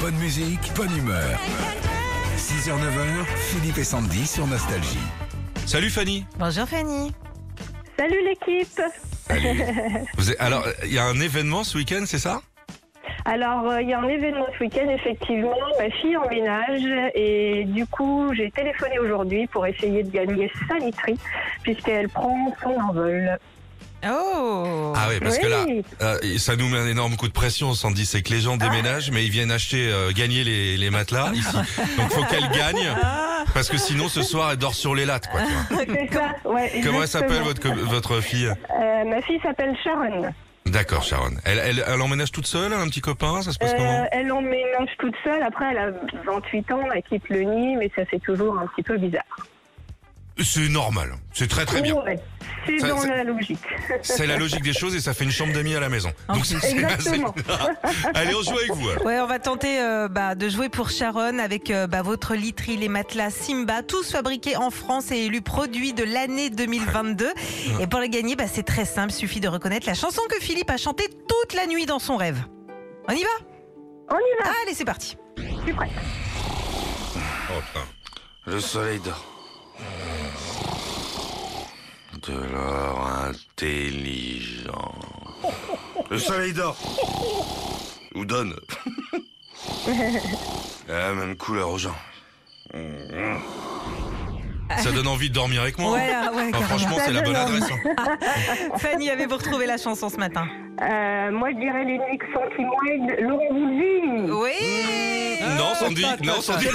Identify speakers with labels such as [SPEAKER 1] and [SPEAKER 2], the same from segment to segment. [SPEAKER 1] Bonne musique, bonne humeur. 6h, 9h, Philippe et Sandy sur Nostalgie.
[SPEAKER 2] Salut Fanny.
[SPEAKER 3] Bonjour Fanny.
[SPEAKER 4] Salut l'équipe
[SPEAKER 2] Salut. Vous êtes- alors, il y a un événement ce week-end, c'est ça
[SPEAKER 4] Alors, euh, il y a un événement ce week-end, effectivement. Ma fille emménage et du coup, j'ai téléphoné aujourd'hui pour essayer de gagner sa literie puisqu'elle prend son envol.
[SPEAKER 3] Oh
[SPEAKER 2] Ah oui, parce que là,
[SPEAKER 4] Oui.
[SPEAKER 2] euh, ça nous met un énorme coup de pression, Sandy, c'est que les gens
[SPEAKER 4] Ah.
[SPEAKER 2] déménagent, mais ils viennent acheter, euh, gagner les, les matelas ici. Donc faut qu'elle gagne,
[SPEAKER 3] Ah.
[SPEAKER 2] parce que sinon ce soir elle dort sur les lattes. Quoi, tu vois.
[SPEAKER 4] C'est ça, ouais.
[SPEAKER 2] Comment elle s'appelle
[SPEAKER 4] exactement.
[SPEAKER 2] votre, co- votre fille
[SPEAKER 4] Euh, Ma fille s'appelle Sharon.
[SPEAKER 2] D'accord, Sharon. Elle, elle, elle emménage toute seule, elle a un petit copain, ça se passe
[SPEAKER 4] Euh,
[SPEAKER 2] comment
[SPEAKER 4] elle emménage toute seule. Après, elle a 28 ans, elle quitte le nid, mais ça fait toujours un petit peu bizarre.
[SPEAKER 2] C'est normal, c'est très très bien.
[SPEAKER 4] Ouais, c'est
[SPEAKER 2] Ça-
[SPEAKER 4] dans
[SPEAKER 2] ça-
[SPEAKER 4] la logique.
[SPEAKER 2] C'est la logique des choses et ça fait une chambre d'amis à la maison. Donc c'est c'est-
[SPEAKER 4] Exactement.
[SPEAKER 2] c'est- Allez, on joue avec vous. alors.
[SPEAKER 3] Ouais, on va tenter euh, bah, de jouer pour Sharon avec euh, bah, votre literie, les matelas Simba, tous fabriqués en France et élus produits de l'année 2022. Et pour le gagner, bah, c'est très simple, suffit de reconnaître la chanson que Philippe a chantée toute la nuit dans son rêve. On y va
[SPEAKER 4] On y va,
[SPEAKER 3] Allez, c'est parti.
[SPEAKER 4] je suis prête.
[SPEAKER 2] Oh, putain.
[SPEAKER 5] Le soleil dort. De l'or intelligent. Le soleil dort. Ou donne. La même couleur aux gens.
[SPEAKER 2] Ça donne envie de dormir avec moi.
[SPEAKER 3] Ouais,
[SPEAKER 2] hein.
[SPEAKER 3] ah, ouais,
[SPEAKER 2] Ah,
[SPEAKER 3] carrément.
[SPEAKER 2] franchement, c'est la bonne adresse. hein.
[SPEAKER 3] Fanny, avez-vous retrouvé la chanson ce matin
[SPEAKER 4] Euh, moi, je dirais les Knicks Santimoine, Laurent Voulzy.
[SPEAKER 3] Oui
[SPEAKER 2] Non, Sandy, non, Sandy.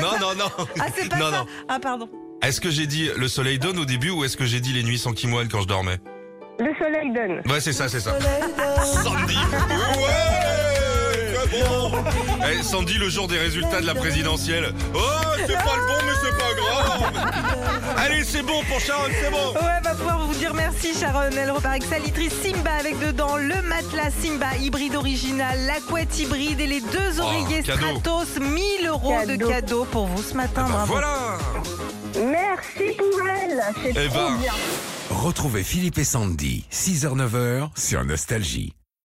[SPEAKER 2] Non, non, non.
[SPEAKER 3] Ah, c'est pas
[SPEAKER 2] non,
[SPEAKER 3] ça
[SPEAKER 2] non.
[SPEAKER 3] Ah, pardon.
[SPEAKER 2] Est-ce que j'ai dit le soleil donne au début ou est-ce que j'ai dit les nuits sans kimoine quand je dormais
[SPEAKER 4] Le soleil donne.
[SPEAKER 2] Ouais, c'est ça, c'est ça. Sandy. Ouais. c'est bon. Eh, Sandy, le jour des résultats de la présidentielle. Oh, c'est pas le bon, mais c'est pas grave. Allez, c'est bon pour Sharon, c'est bon.
[SPEAKER 3] Ouais, va pouvoir vous dire merci, Sharon. Elle repart avec sa literie Simba avec dedans le matelas Simba hybride original, la couette hybride et les deux oreillers
[SPEAKER 2] cadeau.
[SPEAKER 3] Stratos. 1000 euros de
[SPEAKER 4] Cadeau.
[SPEAKER 3] cadeaux pour vous ce matin.
[SPEAKER 2] Bah,
[SPEAKER 3] bravo.
[SPEAKER 2] voilà.
[SPEAKER 4] Merci pour elle. C'est
[SPEAKER 2] Eh
[SPEAKER 4] trop
[SPEAKER 2] ben.
[SPEAKER 4] bien.
[SPEAKER 1] Retrouvez Philippe et Sandy, 6h, 9h sur Nostalgie.